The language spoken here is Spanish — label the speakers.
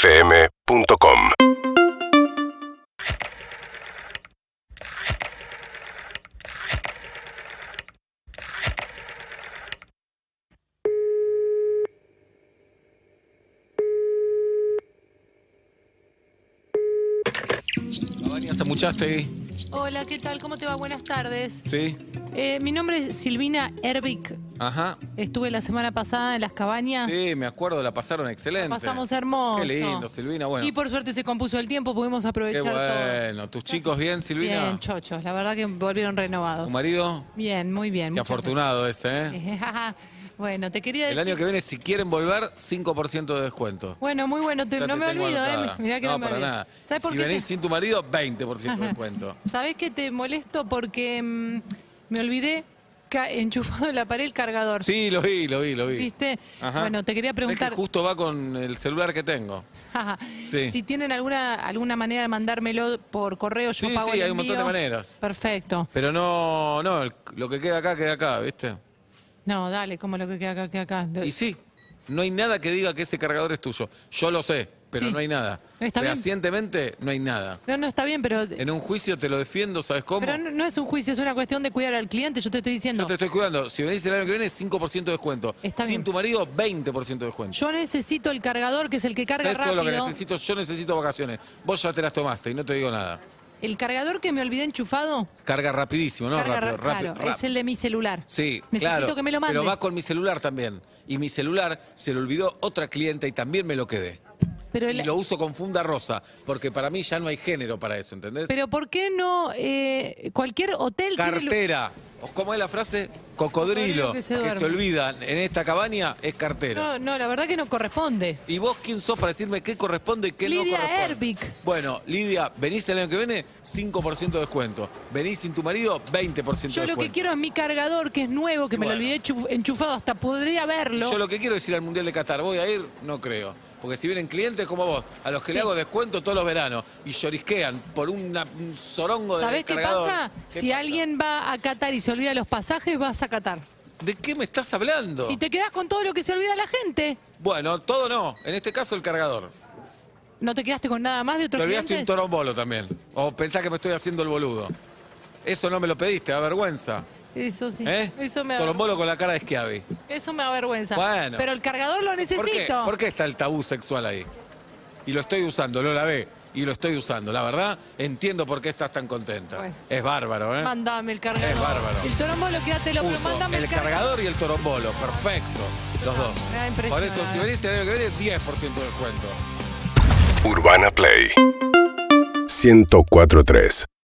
Speaker 1: UrbanaPlayFM.com
Speaker 2: Dani, Samuchastegui,
Speaker 3: Hola, ¿qué tal? ¿Cómo te va? Buenas tardes.
Speaker 2: sí.
Speaker 3: Eh, mi nombre es Silvina Erbic.
Speaker 2: Ajá.
Speaker 3: Estuve la semana pasada en las cabañas.
Speaker 2: Sí, me acuerdo, la pasaron excelente.
Speaker 3: Ah. Pasamos hermoso.
Speaker 2: Qué lindo, Silvina. Bueno,
Speaker 3: Y por suerte se compuso el tiempo, pudimos
Speaker 2: qué
Speaker 3: aprovechar todo.
Speaker 2: bueno. ¿Tus chicos bien, Silvina?
Speaker 3: Bien, chochos. La verdad que volvieron renovados.
Speaker 2: ¿Tu marido?
Speaker 3: Bien, muy bien.
Speaker 2: Qué
Speaker 3: muchas
Speaker 2: afortunado ese, ¿eh?
Speaker 3: gracias. bueno, te quería
Speaker 2: El
Speaker 3: decir.
Speaker 2: año que viene, si quieren volver, 5% de descuento.
Speaker 3: Bueno, muy bueno. te-
Speaker 2: Ya
Speaker 3: no
Speaker 2: te
Speaker 3: me
Speaker 2: tengo
Speaker 3: olvido, ¿eh?
Speaker 2: anotada.
Speaker 3: Mirá que no, me
Speaker 2: para
Speaker 3: olvido.
Speaker 2: nada.
Speaker 3: ¿Sabes por
Speaker 2: si
Speaker 3: qué? te-
Speaker 2: venís sin tu marido, 20% de descuento.
Speaker 3: ¿Sabés que te molesto? Porque mm, me olvidé ca- enchufado en la pared el cargador.
Speaker 2: Sí, lo vi, lo vi, lo vi.
Speaker 3: ¿Viste?
Speaker 2: Ajá.
Speaker 3: Bueno, te quería
Speaker 2: Sabés
Speaker 3: preguntar.
Speaker 2: que justo va con el celular que tengo.
Speaker 3: Ajá.
Speaker 2: Sí.
Speaker 3: Si tienen alguna alguna manera de mandármelo por correo, yo
Speaker 2: Sí,
Speaker 3: pago
Speaker 2: sí,
Speaker 3: el
Speaker 2: hay un montón de
Speaker 3: envío.
Speaker 2: maneras.
Speaker 3: Perfecto.
Speaker 2: Pero no, no, el- lo que queda acá, queda acá, ¿viste?
Speaker 3: No, dale, como lo que queda acá, queda acá.
Speaker 2: Y sí, no hay nada que diga que ese cargador es tuyo. Yo lo sé, pero
Speaker 3: Sí.
Speaker 2: no hay nada.
Speaker 3: Está bien.
Speaker 2: Fehacientemente, no hay nada.
Speaker 3: No, no, está bien, pero,
Speaker 2: En un juicio te lo defiendo, ¿sabes cómo?
Speaker 3: pero no, no es un juicio, es una cuestión de cuidar al cliente. Yo te estoy diciendo,
Speaker 2: Yo te estoy cuidando. Si venís el año que viene, 5% de descuento.
Speaker 3: Está
Speaker 2: Sin
Speaker 3: bien.
Speaker 2: tu marido, 20% de descuento.
Speaker 3: yo necesito el cargador, que es el que carga
Speaker 2: ¿Sabés todo lo que
Speaker 3: rápido.
Speaker 2: necesito? Yo necesito vacaciones. Vos ya te las tomaste y no te digo nada.
Speaker 3: El cargador que me olvidé enchufado,
Speaker 2: Carga rapidísimo, ¿no?
Speaker 3: carga
Speaker 2: rápido,
Speaker 3: ra-
Speaker 2: rápido.
Speaker 3: claro, es el de mi celular.
Speaker 2: Sí,
Speaker 3: Necesito
Speaker 2: claro.
Speaker 3: que me lo mandes.
Speaker 2: Pero va con mi celular también. Y mi celular se le olvidó otra clienta y también me lo quedé.
Speaker 3: Pero el-
Speaker 2: Y lo uso con funda rosa, porque para mí ya no hay género para eso, ¿entendés?
Speaker 3: pero ¿por qué no eh, cualquier hotel tiene lu-
Speaker 2: cartera. ¿O ¿Cómo es la frase? Cocodrilo.
Speaker 3: Cocodrilo que se
Speaker 2: que se
Speaker 3: duerme.
Speaker 2: olvida en esta cabaña es cartera.
Speaker 3: No, no, la verdad que no corresponde.
Speaker 2: ¿Y vos quién sos para decirme qué corresponde y qué no
Speaker 3: Lidia
Speaker 2: corresponde?
Speaker 3: Erbic.
Speaker 2: Bueno, Lidia, venís el año que viene, 5% de descuento. Venís sin tu marido, 20% de descuento.
Speaker 3: Yo lo que quiero es mi cargador, que es nuevo, que
Speaker 2: Y
Speaker 3: me
Speaker 2: bueno.
Speaker 3: lo olvidé chu- enchufado, hasta podría verlo.
Speaker 2: Yo lo que quiero es ir al Mundial de Qatar. ¿Voy a ir? No creo. Porque si vienen clientes como vos, a los que le
Speaker 3: Sí.
Speaker 2: hago descuento todos los veranos y llorisquean por una- un sorongo de
Speaker 3: ¿Sabés qué
Speaker 2: cargador,
Speaker 3: pasa?
Speaker 2: ¿qué
Speaker 3: si
Speaker 2: pasa?
Speaker 3: alguien va a Qatar y se olvida los pasajes, vas a Qatar.
Speaker 2: ¿De qué me estás hablando?
Speaker 3: Si te quedás con todo lo que se olvida la gente,
Speaker 2: Bueno, todo no. En este caso, el cargador.
Speaker 3: ¿no te quedaste con nada más de
Speaker 2: Te
Speaker 3: otros
Speaker 2: olvidaste un
Speaker 3: clientes?
Speaker 2: torombolo también. O pensás que me estoy haciendo el boludo. Eso no me lo pediste, da vergüenza.
Speaker 3: Eso sí.
Speaker 2: ¿Eh?
Speaker 3: Eso, me aver-
Speaker 2: Torombolo con la cara de Schiavi.
Speaker 3: eso me avergüenza.
Speaker 2: Bueno.
Speaker 3: Pero el cargador lo necesito.
Speaker 2: ¿Por qué? ¿Por qué está el tabú sexual ahí? Y lo estoy usando, lo lavé. Y lo estoy usando. La verdad, entiendo por qué estás tan contenta.
Speaker 3: Bueno.
Speaker 2: Es bárbaro, ¿eh?
Speaker 3: Mándame el cargador.
Speaker 2: Es bárbaro.
Speaker 3: El torombolo, quédatelo, pero
Speaker 2: Uso
Speaker 3: mándame el,
Speaker 2: el cargador y el torombolo. Perfecto. Los dos.
Speaker 3: Ah, Me da impresión, eh.
Speaker 2: Por eso,
Speaker 3: la
Speaker 2: si
Speaker 3: verdad.
Speaker 2: venís el año que viene, 10% de descuento.
Speaker 1: Urbana Play 1043